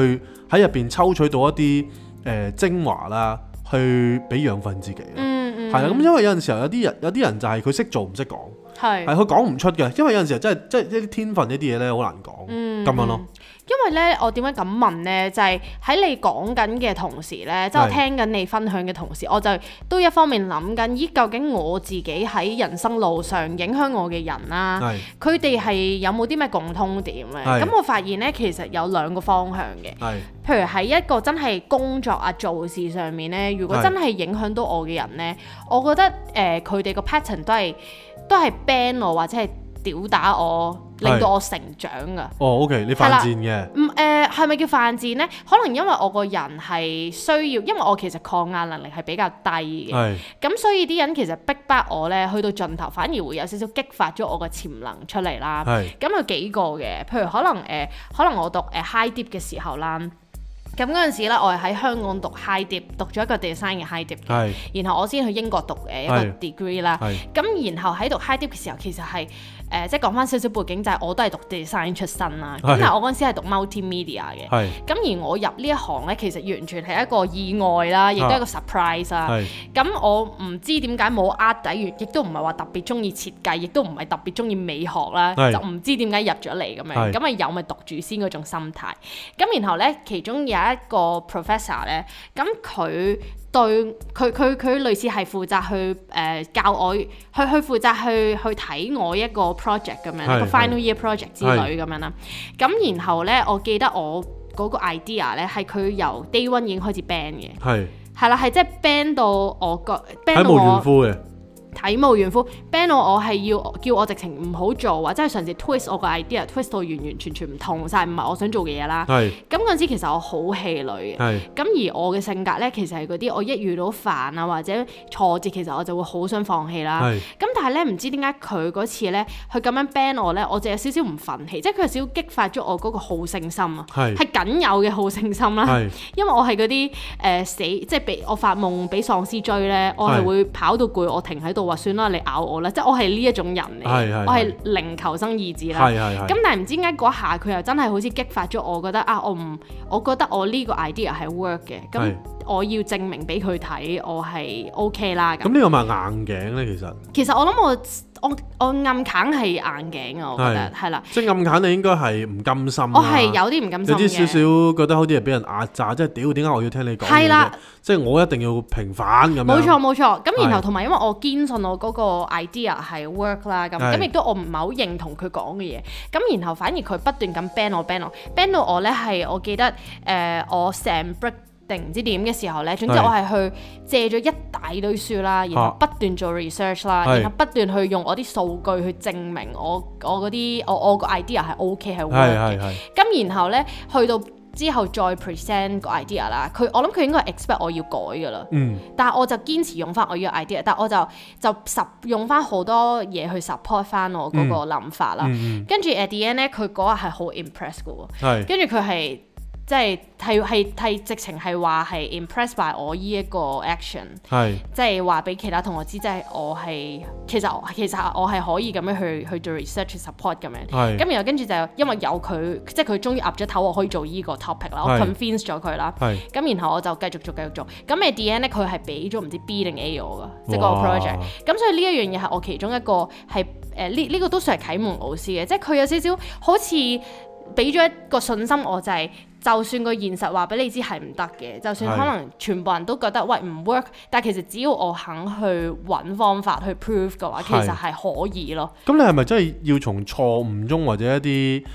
A: 喺入邊抽取到一啲誒、呃精華啦，去俾養分自己咯。
C: 嗯嗯，
A: 係啦，咁因為有陣時候有啲人有啲人就係佢識做唔識講，
C: 係
A: 係佢講唔出嘅，因為有陣時候真係即係一啲天分呢啲嘢咧好難講，咁、
C: 嗯
A: 樣咯。
C: 因為咧，我點解咁問咧？就係、喺你講緊嘅同時咧，即係我
A: 係
C: 聽緊你分享嘅同時，我就都一方面諗緊，咦，究竟我自己喺人生路上影響我嘅人啦、
A: 係
C: 佢哋係有冇啲咩共通點咧？
A: 係
C: 咁我發現咧，其實有兩個方向嘅。
A: 係
C: 譬如喺一個真係工作啊做事上面咧，如果
A: 係
C: 真係影響到我嘅人咧，我覺得誒佢哋個 pattern 都係都係 ban 我或者係屌打我，
A: 係
C: 令到我成長噶。
A: 哦，OK，你犯賤嘅，
C: 唔誒係咪叫犯賤呢？可能因為我個人係需要，因為我其實抗壓能力係比較低嘅，
A: 係
C: 咁所以啲人其實逼迫我呢，去到盡頭反而會有少少激發咗我嘅潛能出嚟啦。
A: 係
C: 咁有幾個嘅，譬如可能誒、呃可能我讀誒、呃 high dip 嘅時候啦，咁嗰陣時咧，我係喺香港讀 high dip，讀咗一個 design 嘅 high dip 嘅，
A: 係
C: 然後我先去英國讀誒、呃一個 degree 啦。
A: 係
C: 咁然後喺讀 high dip 嘅時候，其實係誒、呃即係講翻少少背景，就係、我都係讀 design 出身啦。咁
A: 係
C: 但係我嗰陣時係讀 multimedia 嘅。
A: 係
C: 咁而我入呢一行呢，其實完全係一個意外啦，
A: 啊
C: 亦都係一個 surprise 啦。
A: 係
C: 咁我唔知點解冇呃底，亦都唔係話特別中意設計，亦都唔係特別中意美學啦，
A: 係
C: 就唔知點解入咗嚟
A: 係
C: 咁樣，咁咪啊有咪讀住先嗰種心態。咁然後呢，其中有一個 professor 呢，咁佢對佢佢佢類似係負責去誒、呃教我，去去負責去去睇我一個 project 咁樣，
A: 係
C: 一個
A: 係
C: final year project 之類咁樣啦。咁然後呢，我記得我嗰個 idea 呢，係佢由 day one 已經開始 ban 嘅。
A: 係
C: 係啦，係即係 ban 到我個 ban
A: 喺
C: 到
A: 無怨
C: 我
A: 夫嘅，
C: 體無完膚，ban 到我係要叫我直情唔好做，或者係嘗試 twist 我個 idea，twist 到完完全全唔同晒，唔係我想做嘅嘢啦。
A: 係
C: 咁嗰陣時其實我好氣餒嘅。
A: 係
C: 咁而我嘅性格呢，其實係嗰啲我一遇到煩啊或者挫折，其實我就會好想放棄啦。
A: 係
C: 咁但係呢，唔知點解佢嗰次呢，佢咁樣 ban 我呢，我就有少少唔忿氣，即係佢有少少激發咗我嗰個好勝心啊，
A: 係
C: 係啊僅有嘅好勝心啦。
A: 係
C: 因為我係嗰啲誒死，即係俾我發夢俾喪屍追咧，我
A: 係
C: 係會跑到攰，我停喺度話算啦，你咬我啦，即係我係呢一種人嚟
A: 係係
C: 嘅，我係零求生意志啦。
A: 係係
C: 咁
A: 係
C: 但係唔知點解嗰下佢又真係好似激發咗我，覺得啊，我唔，我覺得我呢個 idea 係 work 嘅，咁
A: 係
C: 我要證明俾佢睇，我係 OK 啦咁
A: 咁。呢個咪硬頸咧，其實
C: 其實我諗我我我暗啃係硬頸啊，我覺得係啦，
A: 即係暗揀啊你應該係唔甘心啦，
C: 我係有啲唔甘心
A: 有啲少
C: 嘅。
A: 少覺得好似係俾人壓榨，即係屌點解我要聽你講嘢
C: 係
A: 啫
C: 啦？
A: 即係我一定要平反咁樣。
C: 冇錯冇錯，咁然
A: 係
C: 後同埋因為我堅信我嗰個 idea 係 work 啦，咁
A: 係
C: 咁亦都我唔係好認同佢講嘅嘢，咁然後反而佢不斷咁 ban 我 ban 我 ban 到我呢係我記得誒、呃我成 break 定唔知點嘅時候呢，總之
A: 係
C: 我係去借咗一大堆書啦，然後
A: 啊
C: 不斷做 research 啦，
A: 係
C: 然後不斷去用我啲數據去證明我我嗰啲我我個 idea 係 OK 係
A: 係
C: work
A: 係。
C: 嘅
A: 係
C: 咁然後呢，去到之後再 present 個 idea 啦，佢我諗佢應該係 expect 我要改噶啦。
A: 嗯
C: 但係我就堅持用翻我依個 idea，但係我就就 s 用翻好多嘢去 support 翻我嗰個諗法啦。
A: 嗯
C: 跟住 at the end 咧，佢嗰日係好 impress 嘅喎，
A: 嗯係
C: 跟住佢係即係係係係直情係話係 impress by 我依一個 action，
A: 係
C: 即係話俾其他同學知，即係我係其實我其實我係可以咁樣去去做 research support 咁樣。
A: 係
C: 咁然後跟住就因為有佢，即係佢終於岌咗頭，我可以做依個 topic 啦，我
A: 係
C: convince 咗佢啦。
A: 係
C: 咁然後我就繼續做繼續做，咁 at the end 咧佢係俾咗唔知 B 定 A 我噶，即係個
A: 哇
C: project。咁所以呢一樣嘢係我其中一個係誒呢呢個都算係啟蒙老師嘅，即係佢有少少好似俾咗一個信心我，就係、就算個現實話俾你知係唔得嘅，就算
A: 係
C: 可能全部人都覺得喂唔 work，但係其實只要我肯去揾方法去 prove 嘅話，其
A: 係
C: 實係可以咯。
A: 咁你係咪真係要從錯誤中或者一啲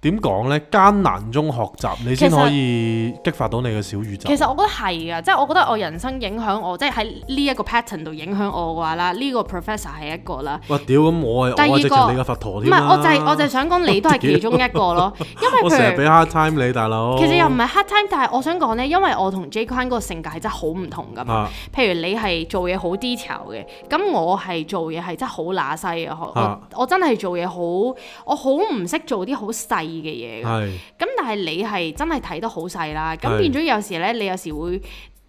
A: 點講呢？艱難中學習，你先
C: 其實
A: 可以激發到你嘅小宇宙
C: 其。實我覺得係啊，即係我覺得我人生影響我，即係喺呢一個 pattern 度影響我嘅話啦，呢、個 professor 係一個啦。
A: 哇！屌咁我係
C: 第二個
A: 我係直情你嘅佛陀
C: 唔
A: 添啦
C: 係，我就係、我就係想講你都係其中一個 咯，因
A: 我成日
C: 為譬
A: 俾
C: 如
A: hard time 你大佬。
C: 其實又唔係 hard time，但係我想講呢，因為我同 J Kwan 嗰個性格係真係好唔同噶嘛。
A: 啊
C: 譬如你係做嘢好 detail 嘅，咁我係做嘢係真係好乸西嘅，我
A: 啊
C: 我我真係做嘢好，我好唔識做啲好細嘅嘢嘅。
A: 係
C: 咁但係你係真係睇得好細啦，咁
A: 係
C: 變咗有時呢，你有時會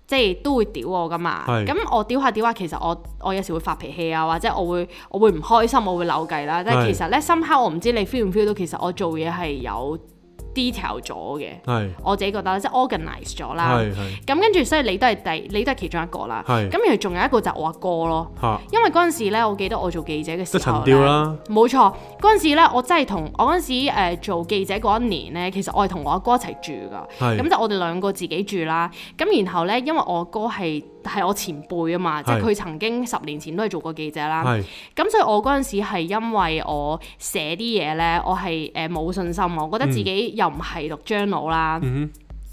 C: 即係都會屌我噶嘛。
A: 係
C: 咁我屌下屌下，其實我我有時會發脾氣啊，或者我會我會唔開心，我會扭計啦。但係
A: 係
C: 其實呢，深刻我唔知你 feel 唔 feel 到，其實我做嘢係有 detail 咗嘅，
A: 係
C: 我自己覺得即係 organize 咗啦。
A: 係係
C: 咁跟住所以你都係第你都係其中一個啦。
A: 係
C: 咁然後仲有一個就係我阿哥咯，
A: 嚇，
C: 因為嗰陣時咧，我記得我做記者嘅
A: 即係
C: 時
A: 陳
C: 候
A: 調
C: 呢
A: 啦，
C: 冇錯，嗰陣時咧，我真係同我嗰陣時誒、呃做記者嗰一年咧，其實我係同我阿哥一齊住噶，
A: 係
C: 咁就我哋兩個自己住啦。咁然後咧，因為我阿哥係係我前輩啊嘛，即係
A: 係
C: 佢曾經十年前都係做過記者啦。
A: 係
C: 咁所以我嗰陣時係因為我寫啲嘢咧，我係誒冇信心，我覺得自己又唔係讀 journal 啦。
A: 嗯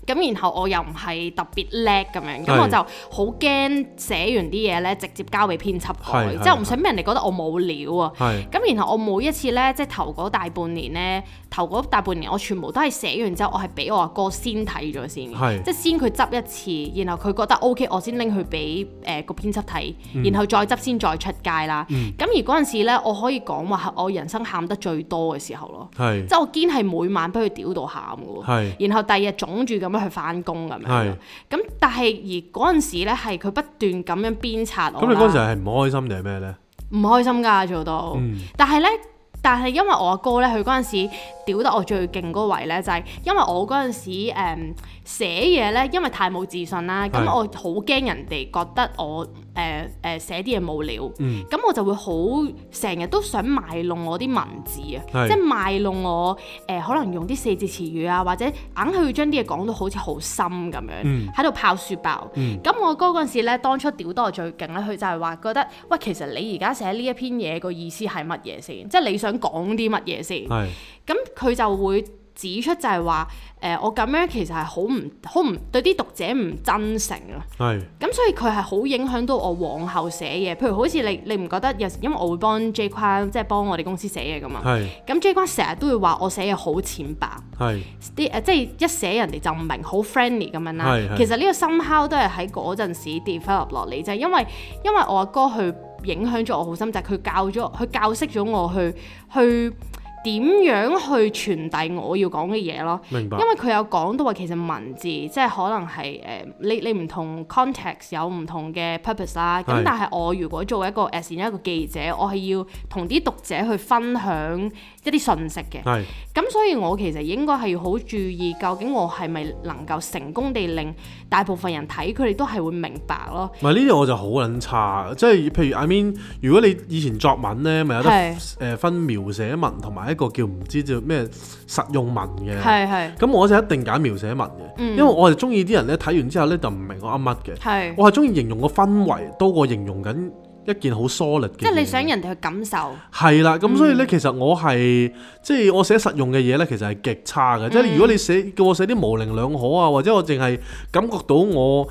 C: 咁然後我又唔係特別叻咁樣，咁
A: 係
C: 我就好驚寫完啲嘢咧，直接交俾編輯改，
A: 係係
C: 即係唔想俾人哋覺得我冇料啊。
A: 係
C: 咁然後我每一次咧，即係頭嗰大半年咧，頭嗰大半年我全部都係寫完之後，我係俾我阿哥先睇咗先
A: 係
C: 嘅，即係先佢執一次，然後佢覺得 O、k 我先拎去俾誒個編輯睇，
A: 嗯
C: 然後再執先再出街啦。咁、而嗰陣時咧，我可以講話係我人生喊得最多嘅時候咯，
A: 係
C: 即係我堅係每晚俾佢屌到喊嘅喎。
A: 係
C: 然後第二日腫住咁樣去翻工咁樣
A: 係，。
C: 咁但係而嗰陣時咧係佢不斷咁樣鞭策我
A: 咁你嗰陣時
C: 啦
A: 係唔開心定係咩咧？
C: 唔開心㗎做到，
A: 嗯
C: 但係呢，但係因為我阿哥呢，佢嗰陣時屌得我最勁嗰位呢，就係、因為我嗰陣時誒、嗯、寫嘢呢，因為太冇自信啦，咁
A: 係
C: 我好驚人哋覺得我誒誒、呃呃、寫啲嘢冇料，咁、
A: 嗯
C: 我就會好成日都想賣弄我啲文字啊，
A: 係
C: 即係賣弄我誒、呃可能用啲四字詞語啊，或者硬係要將啲嘢講到好似好深咁
A: 嗯
C: 樣，喺度、泡雪爆。咁我哥嗰陣時咧，當初屌得我最勁咧，佢就係話覺得，喂，其實你而家寫呢一篇嘢個意思係乜嘢先？即係你想講啲乜嘢先？
A: 係
C: 咁佢就會指出就係話，誒、我咁樣其實係好唔好唔對啲讀者唔真誠啊。
A: 係
C: 咁所以佢係好影響到我往後寫嘢，譬如好似你，你唔覺得有時因為我會幫 J 框，即係幫我哋公司寫嘢噶嘛。
A: 係
C: 咁 J 框成日都會話我寫嘢好淺白。
A: 係
C: 啲呃誒，即係一寫人哋就唔明，好 friendly 咁樣啦
A: 係係。
C: 其實呢個 somehow 都係喺嗰陣時 develop 落嚟，就係因為因為我阿哥去影響咗我好深，就係、佢教咗佢教識咗我去去點樣去傳遞我要講嘅嘢咯。
A: 明白
C: 因。為佢有講到話，其實文字即係可能係誒、呃你你唔同 context 有唔同嘅 purpose 啦。咁
A: 係
C: 但係我如果做一個 as in 一個記者，我係要同啲讀者去分享一啲信息嘅。
A: 係
C: 咁所以我其實應該係要好注意，究竟我係咪能夠成功地令大部分人睇佢哋都係會明白咯。
A: 唔係呢啲我就好撚差，即係譬如 I mean，如果你以前作文咧，咪有得
C: 係
A: 誒分描寫文同埋一個叫唔知叫咩實用文嘅。
C: 係係
A: 咁我就一定揀描寫文嘅，因為我係中意啲人咧睇完之後咧就唔明我噏乜嘅，
C: 係，
A: 我係中意形容個氛圍多過形容緊一件好 solid 嘅嘢。
C: 即係你想人哋去感受。
A: 係啦，咁所以咧，其實我係即係我寫實用嘅嘢咧，其實係極差嘅。即係如果你寫叫我寫啲模棱兩可啊，或者我淨係感覺到我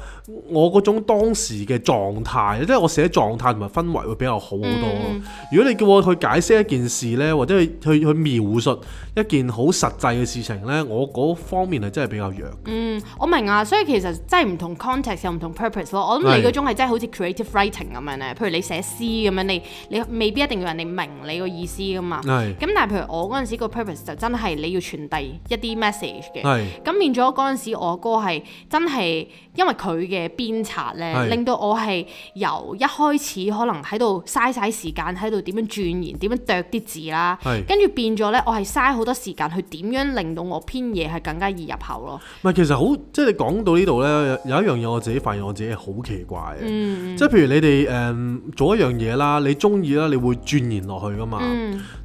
A: 我嗰種當時嘅狀態，即係我寫狀態同埋氛圍會比較好好多咯。如果你叫我去解釋一件事咧，或者去去去描述一件好實際嘅事情咧，我嗰方面係真係比較弱。
C: 嗯，我明啊，所以其實真係唔同 context 有唔同 purpose 咯。我諗你
A: 係
C: 嗰種係真係好似 creative writing 咁樣咧，譬如你寫詩咁樣，你你未必一定要人哋明你個意思噶嘛。
A: 係
C: 嗯咁但係譬如我嗰陣時個 purpose 就真係你要傳遞一啲 message 嘅。
A: 係
C: 咁變咗嗰陣時，我哥係真係因為佢嘅鞭策咧，
A: 係
C: 令到我係由一開始可能喺度嘥晒時間喺度點樣鑽研、點樣啄啲字啦，
A: 係
C: 跟住變咗咧，我係嘥好多時間去點樣令到我篇嘢係更加易入口咯。
A: 唔係，其實好即係你講到呢度呢，有有一樣嘢我自己發現我自己係好奇怪嘅，即係譬如你哋誒、做一樣嘢啦，你中意啦，你會鑽研落去噶嘛。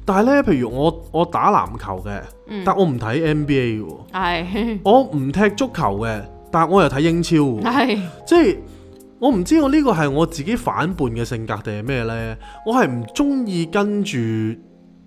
A: 但係呢，譬如我我打籃球嘅，但我唔睇 NBA 喎，
C: 係
A: 我唔踢足球嘅，但我又睇英超喎。
C: 係
A: 即係我唔知我呢個係我自己反叛嘅性格定係咩呢？我係唔中意跟住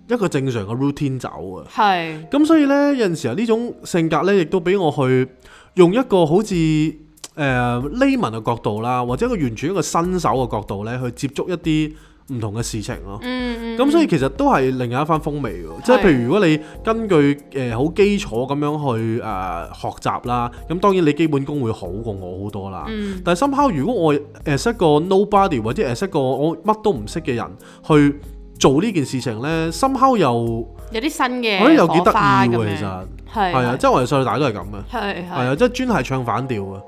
A: 一個正常嘅 routine 走啊。
C: 係
A: 咁所以呢，有陣時候呢種性格呢，亦都俾我去用一個好似誒 layman 嘅角度啦，或者一個完全一個新手嘅角度呢，去接觸一啲唔同嘅事情咯。
C: 嗯嗯
A: 咁所以其實都係另外一番風味喎，即係
C: 係
A: 譬如如果你根據誒好、基礎咁樣去誒、呃、學習啦，咁當然你基本功會好過我好多啦。但係 somehow 如果我 as 一個 nobody 或者 as 一個我乜都唔識嘅人去做呢件事情呢 somehow 又〜
C: 有啲新嘅
A: 我覺得有幾得
C: 火
A: 意
C: 花咁
A: 喎，
C: 樣
A: 其實
C: 係
A: 係啊，即係我哋細大都係咁嘅，
C: 係
A: 係
C: 係
A: 啊，即係專係唱反調啊嘅。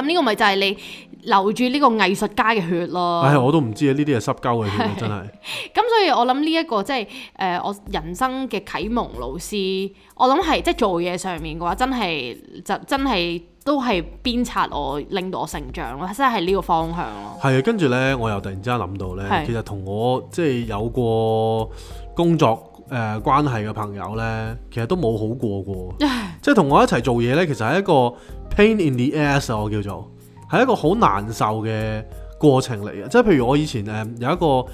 C: 咁呢個咪就係你留住呢個藝術家嘅血咯。
A: 唉，我都唔知啊，呢啲係濕鳩嘅，其實真係
C: 咁所以我諗呢一個即係誒我人生嘅啟蒙老師，我諗係即係做嘢上面嘅話，真係就真係都係鞭策我，令到我成長咯，真係呢個方向咯。
A: 係啊。跟住呢，我又突然之間諗到呢，
C: 係
A: 其實同我即係有過工作誒、呃、關係嘅朋友呢，其實都冇好過過。 即係同我一齊做嘢呢，其實係一個 pain in the ass 啊，我叫做係一個好難受嘅過程嚟嘅。即係譬如我以前誒、呃有一個誒、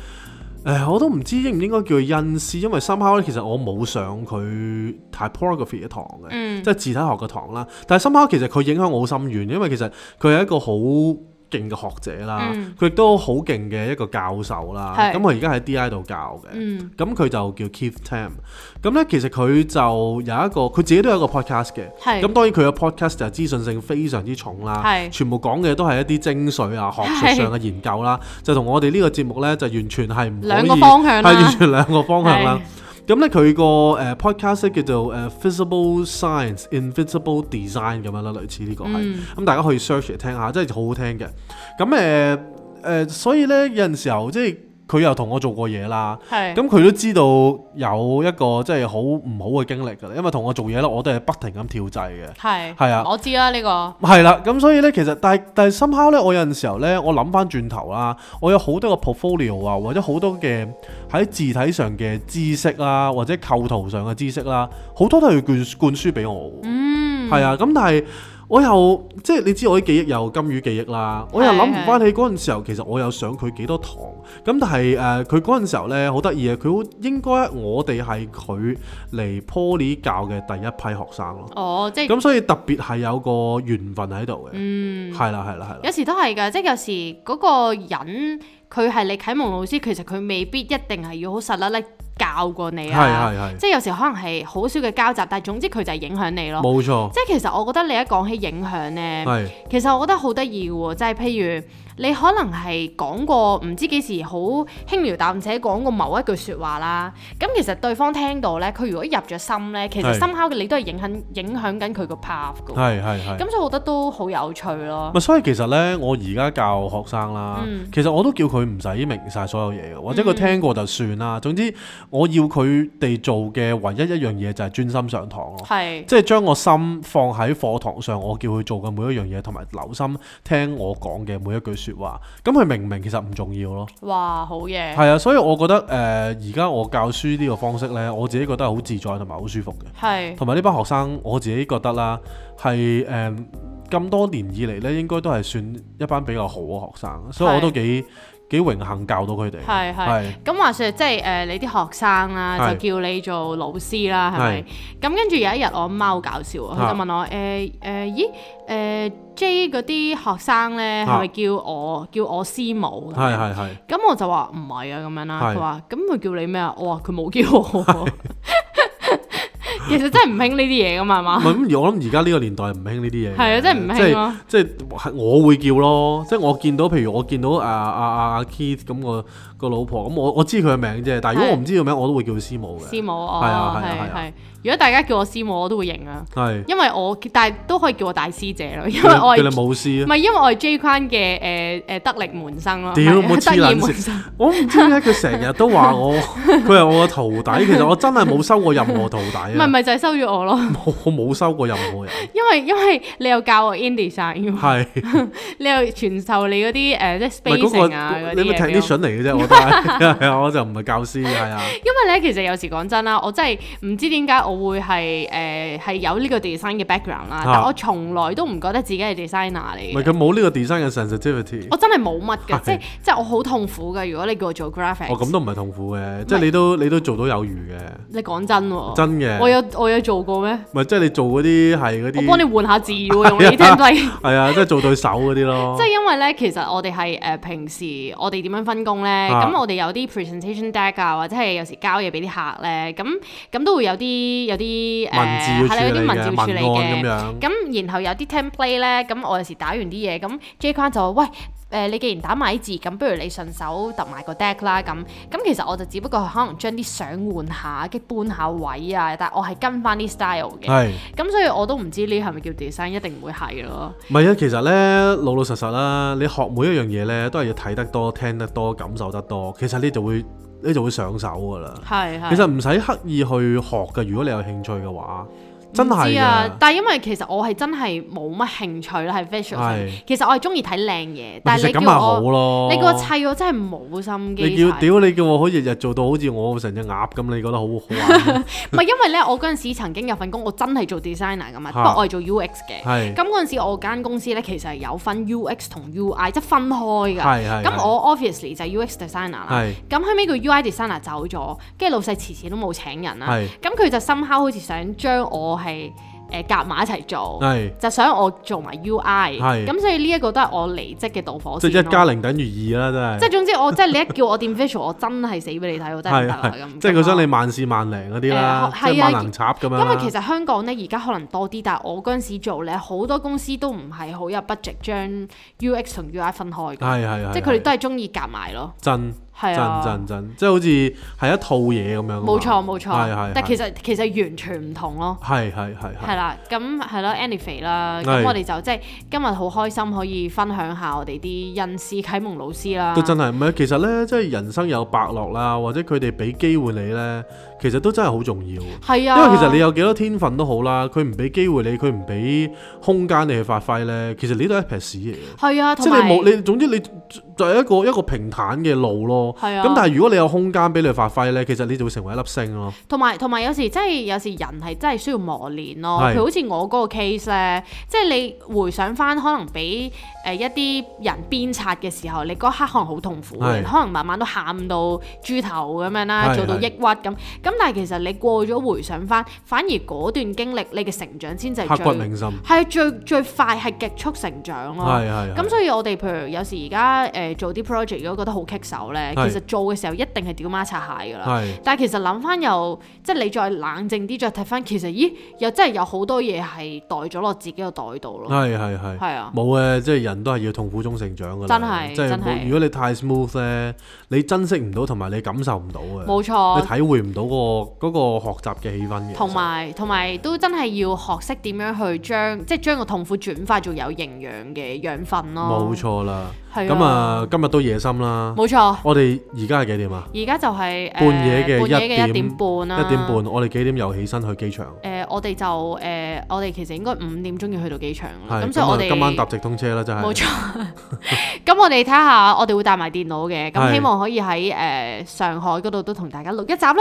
A: 誒，我都唔知應唔應該叫佢恩師，因為 somehow 咧，其實我冇上佢 typography 嘅堂嘅，
C: 嗯
A: 即係字體學嘅堂啦。但係 somehow 其實佢影響我好深遠，因為其實佢係一個好勁嘅學者啦
C: 嗯，
A: 佢亦都好勁嘅一個教授啦。
C: 係
A: 咁佢而家喺 DI 度教嘅。
C: 嗯
A: 咁佢就叫 Keith Tam，咁咧其實佢就有一個佢自己都有一個 podcast 嘅，
C: 係
A: 咁當然佢嘅 podcast 就係資訊性非常之重啦
C: 係，
A: 全部講嘅都係一啲精髓啊、學術上嘅研究啦，就同我哋呢個節目咧就完全係唔可以
C: 兩個方向啦
A: 係完全兩個方向啦。咁咧佢個誒 podcast 咧叫做誒 Visible Science Invisible Design 咁樣啦，類似呢個係。
C: 嗯
A: 咁大家可以 search 嚟聽下，真係好好聽嘅。咁誒誒，所以咧有陣時候即係佢又同我做過嘢啦。
C: 係
A: 咁佢都知道有一個即係好唔好嘅經歷㗎啦，因為同我做嘢咧，我都係不停咁跳掣嘅。
C: 係
A: 係啊
C: 我知啦呢個
A: 係啦，咁所以咧，其實但係但係 somehow 咧，我有陣時候咧，我諗翻轉頭啦，我有好多個 portfolio 啊，或者好多嘅喺字體上嘅知識啦，或者構圖上嘅知識啦，好多都係要灌灌輸俾我喎。
C: 嗯
A: 係啊，咁但係我又即係你知我啲記憶有金魚記憶啦，我又諗唔翻起嗰陣時候，其實我有上佢幾多堂，咁但係誒佢嗰陣時候咧好得意啊，佢好應該我哋係佢嚟 Poly 教嘅第一批學生咯，
C: 哦，即係
A: 咁所以特別係有個緣分喺度嘅，
C: 嗯。
A: 係啦係啦係啦
C: 有，時都係㗎，即係有時嗰個人佢係你啟蒙老師，其實佢未必一定係要好實粒粒教過你啊。
A: 係係係，
C: 即係有時可能係好少嘅交集，但係總之佢就係影響你咯。
A: 冇錯，
C: 即係其實我覺得你一講起影響呢，
A: 係
C: 其實我覺得好得意嘅喎，就係譬如你可能係講過唔知幾時好輕描淡寫講過某一句説話啦，咁其實對方聽到呢，佢如果入咗心呢，其實
A: 係
C: 深刻你都係影響影響緊佢個 path 嘅喎。
A: 係係係。
C: 咁所以我覺得都好有趣咯。
A: 咪所以其實呢，我而家教學生啦，
C: 嗯
A: 其實我都叫佢唔使明晒所有嘢嘅，或者佢聽過就算啦。總之，我要佢哋做嘅唯一一樣嘢就係專心上堂咯。
C: 係。
A: 即係將個心放喺課堂上，我叫佢做嘅每一樣嘢，同埋留心聽我講嘅每一句説話。咁佢明唔明其實唔重要咯。
C: 哇，好嘢！
A: 係啊，所以我覺得誒，呃而、家我教書呢個方式呢，我自己覺得係好自在同埋好舒服嘅。
C: 係
A: 同埋呢班學生，我自己覺得啦，係誒咁多年以嚟呢，應該都係算一班比較好嘅學生，所以我都幾幾榮幸教到佢哋。
C: 係係。
A: 係
C: 咁話説，即係誒、呃你啲學生啦，
A: 係
C: 就叫你做老師啦，係咪
A: 係？
C: 咁跟住有一日，我媽好搞笑啊，佢就
A: 啊
C: 問我誒誒、呃咦誒、呃 J 嗰啲學生咧，係咪
A: 啊
C: 叫我叫我師母咁樣？
A: 係係係
C: 咁我就話唔係啊，咁樣啦。
A: 係
C: 佢話：咁佢叫你咩啊？我話佢冇叫 我喎。其實真係唔興呢啲嘢噶嘛，係
A: 唔
C: 嘛？
A: 係咁，我諗而家呢個年代唔興呢啲嘢嘅。
C: 係啊，真係唔
A: 即
C: 興
A: 係
C: 咯。
A: 即係係我會叫咯，即係我見到，譬如我見到啊啊啊啊 Keith 咁個個老婆，咁我我知佢嘅名啫，但係如果我唔知佢名，我都會叫佢師母嘅。
C: 師母，
A: 係啊
C: 哦，
A: 係啊係
C: 係
A: 啊
C: 係。如果大家叫我師母，我都會認啊。
A: 係，
C: 因為我但係都可以叫我大師姐咯，因為我
A: 佢哋
C: 係
A: 冇
C: 唔
A: 師啊，
C: 係因為我係 J 框嘅誒誒德力門生咯，
A: 屌
C: 唔
A: 冇
C: 係
A: 黐
C: 德意
A: 撚
C: 門
A: 線啊
C: 生，
A: 我唔知點解佢成日都話 我，佢係我嘅徒弟，其實我真係冇收過任何徒弟
C: 唔係
A: 啊
C: 唔，係就係收咗我咯，
A: 我我冇收過任何人，
C: 因為因為你又教我 InDesign，喎
A: 係
C: 你又傳授你嗰啲誒即係
A: 唔係嗰
C: spacing 啊
A: 個你咪
C: 嗰啲嘢俾我
A: technician 嚟嘅啫，我都 係係啊，我就唔係教師，係啊，
C: 因為咧，其實有時講真啦，我真係唔知點解我會係誒係有呢個 design 嘅 background 啦，但我從來都唔覺得自己係 designer 嚟
A: 唔係
C: 嘅。
A: 佢冇呢個 design 嘅 sensitivity。
C: 我真係冇乜嘅，
A: 係
C: 即係即係我好痛苦嘅。如果你叫我做 graphic，
A: 哦，咁都唔係痛苦嘅，即係你都你都做到有餘嘅，
C: 你講真喎，
A: 真嘅。
C: 我有我有做過咩？
A: 咪即係你做嗰啲係嗰
C: 我
A: 啲，
C: 幫你換下字喎，用你聽唔聽？
A: 係啊，即係做對手嗰啲咯
C: 即。係因為咧，其實我哋係誒平時我哋點樣分工咧？咁、
A: 啊
C: 我哋有啲 presentation deck 啊，或者係有時交嘢俾啲客咧，咁咁都會有啲有啲誒
A: 文字要
C: 係啦有
A: 處理
C: 啲文字要處
A: 嘅
C: 理
A: 文
C: 嘅。
A: 案咁樣，
C: 咁然後有啲 template 咧，咁我有時打完啲嘢，咁 J 框就話：喂，誒、呃你既然打埋啲字，咁不如你順手揼埋個 deck 啦。咁咁其實我就只不過可能將啲相換下，跟住搬下位啊，但我係跟翻啲 style 嘅。
A: 係
C: 咁所以我都唔知呢係咪叫 design，一定唔會係咯。
A: 唔係啊？其實咧老老實實啦，你學每一樣嘢咧都係要睇得多、聽得多、感受得多，其實你就會你就會上手噶啦。
C: 係係。
A: 其實唔使刻意去學嘅，如果你有興趣嘅話，真係
C: 唔知啊
A: 㗎！
C: 但係因為其實我係真係冇乜興趣啦，係 visual 上面
A: 係
C: 其實我係中意睇靚嘢，但係
A: 其實
C: 你
A: 咁
C: 叫
A: 咪好
C: 我，
A: 咯。
C: 你叫我砌，我真係冇心機
A: 你叫
C: 砌。
A: 屌你叫我好日日做到好似我成隻鴨咁，你覺得好好玩咩？
C: 唔係因為咧，我嗰陣時曾經有份工，我真係做 designer 噶嘛，不
A: 嚇
C: 過我係做 UX 嘅。
A: 係
C: 咁嗰陣時，我間公司咧其實係有分 UX 同 UI，即係 分開㗎。
A: 係係
C: 咁
A: 係
C: 我 obviously 就係 UX designer 啦
A: 係。
C: 咁後尾個 UI designer 走咗，跟住老細遲遲都冇請人啦
A: 係。
C: 咁佢就深刻好似想將我係誒夾埋一齊做，
A: 係
C: 就想我做埋 UI。
A: 係
C: 咁所以呢一個都係我離職嘅導火
A: 即
C: 線
A: 係一加
C: 咯。
A: 零等於二啦，真
C: 即係
A: 係。
C: 總之我即係你一叫我掂 visual，我 真係死俾你睇，我真係唔得啦咁。
A: 即係佢
C: 咁
A: 想
C: 咯
A: 你萬事萬靈嗰啲啦，
C: 誒
A: 即
C: 係
A: 係
C: 啊
A: 萬能插咁樣啦。
C: 因為其實香港咧而家可能多啲，但係我嗰陣時做咧，好多公司都唔係好有 budget 將 UX 同 UI 分開嘅，
A: 係係係，
C: 即係佢哋都係中意夾埋咯。
A: 真
C: 係
A: 真
C: 啊，
A: 真真，即係好似係一套嘢咁樣㗎啊嘛。
C: 冇錯冇錯
A: 係係。。
C: 但
A: 係
C: 其實其實完全唔同咯。
A: 係係係
C: 係
A: 係。
C: 啦，咁係咯，anyway 啦，
A: 係
C: 咁我哋就即係今日好開心可以分享下我哋啲恩師啟蒙老師啦。
A: 都真係唔係，其實呢，即係人生有伯樂啦，或者佢哋俾機會你呢，其實都真係好重要。
C: 係啊，
A: 因為其實你有幾多天分都好啦，佢唔俾機會你，佢唔俾空間你去發揮呢，其實呢都係一撇屎嚟嘅。
C: 係啊，
A: 即
C: 同
A: 係
C: 埋
A: 你冇你，總之你就係一個一個平坦嘅路咯。
C: 係啊
A: 咁但係如果你有空間俾你發揮呢，其實你就會成為一粒星咯。
C: 同埋同埋有時真係有時人係真係需要磨練咯。
A: 係
C: 佢好似我嗰個 case 咧，即係你回想翻，可能俾誒、一啲人鞭策嘅時候，你嗰刻可能好痛苦
A: 係
C: 嘅，可能慢慢都喊到豬頭咁樣啦，
A: 係
C: 做到
A: 係
C: 抑鬱咁。咁但係其實你過咗回想翻，反而嗰段經歷你嘅成長先至係
A: 刻骨
C: 最
A: 銘心。
C: 係最最快係極速成長咯。
A: 係係。
C: 啊咁所以我哋譬如有時而家誒做啲 project，如果覺得好棘手咧，其
A: 係
C: 實做嘅時候一定係屌媽擦鞋㗎啦。
A: 係
C: 但係其實諗翻又即係你再冷靜啲再睇翻，其實咦又真係有好多嘢係袋咗落自己個袋度咯，
A: 係係係。
C: 係啊，
A: 冇嘅，即係人都係要痛苦中成長㗎啦。
C: 真係
A: 即係
C: 真
A: 冇
C: 係
A: 如果你太 smooth 咧，你珍惜唔到同埋你感受唔到嘅，
C: 冇
A: 你
C: 錯，
A: 體會唔到嗰個嗰個學習嘅氣氛嘅。
C: 同埋同埋都真係要學識點樣去將即係將個痛苦轉化做有營養嘅養分咯，
A: 冇，錯啦。
C: 係
A: 咁啊，，今日都夜深啦。
C: 冇錯，
A: 我哋而家係幾點啊？
C: 而家就係誒呃
A: 半夜嘅
C: 半夜嘅
A: 一點
C: 一點半啦，
A: 一點半，我哋幾點又起身去機場？
C: 誒、呃我哋就誒、我哋其實應該五點鐘要去到機場啦。
A: 係
C: 嗯咁所以我
A: 啊
C: 哋
A: 今晚搭直通車啦，真係。
C: 冇錯。咁我哋睇下，我哋會帶埋電腦嘅，咁
A: 係
C: 希望可以喺誒、呃上海嗰度都同大家錄一集啦。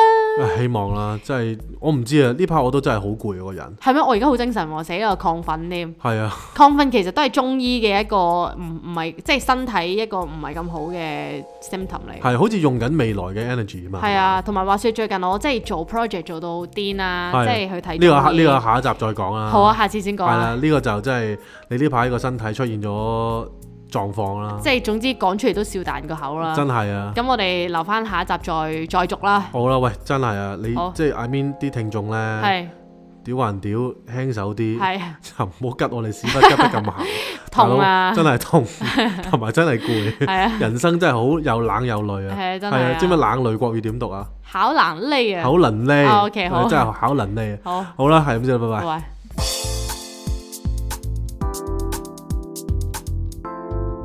A: 唉希望啦，即係我唔知啊，呢排我都真係好攰啊個人。
C: 係咪？我而家好精神喎，死啦，亢奮添。
A: 係啊，
C: 亢奮其實都係中醫嘅一個唔唔係，即係身體一個唔係咁好嘅 symptom 嚟。
A: 係好似用緊未來嘅 energy 啊嘛。
C: 係啊，同埋話説最近我即係做 project 做到癲啦，
A: 係
C: 即係去睇
A: 呢個下
C: 中醫
A: 呢個下一集再講啦。
C: 好啊，下次先講
A: 係
C: 啦。
A: 啦，呢個就真係你呢排個身體出現咗狀況啦
C: 即，係總之講出嚟都笑彈個口啦。
A: 真係啊！
C: 咁我哋留翻下一集再再續啦。
A: 好啦，喂，真係啊，你
C: 好
A: 即係 I mean 啲聽眾咧，
C: 係
A: 屌還屌，輕手啲，
C: 係
A: 就唔好吉我哋屎忽吉得咁行，
C: 痛啊
A: 大佬真係 痛，同埋真係攰，
C: 係啊，
A: 人生真係好又冷又累啊！
C: 係啊真
A: 係啊，知唔知
C: 係啊，
A: 冷累國語點讀啊？
C: 考難呢啊，
A: 考能呢
C: 啊，OK，好
A: 真係考能呢。
C: 好，
A: 好啦，係咁先啦，拜拜
C: 拜。拜。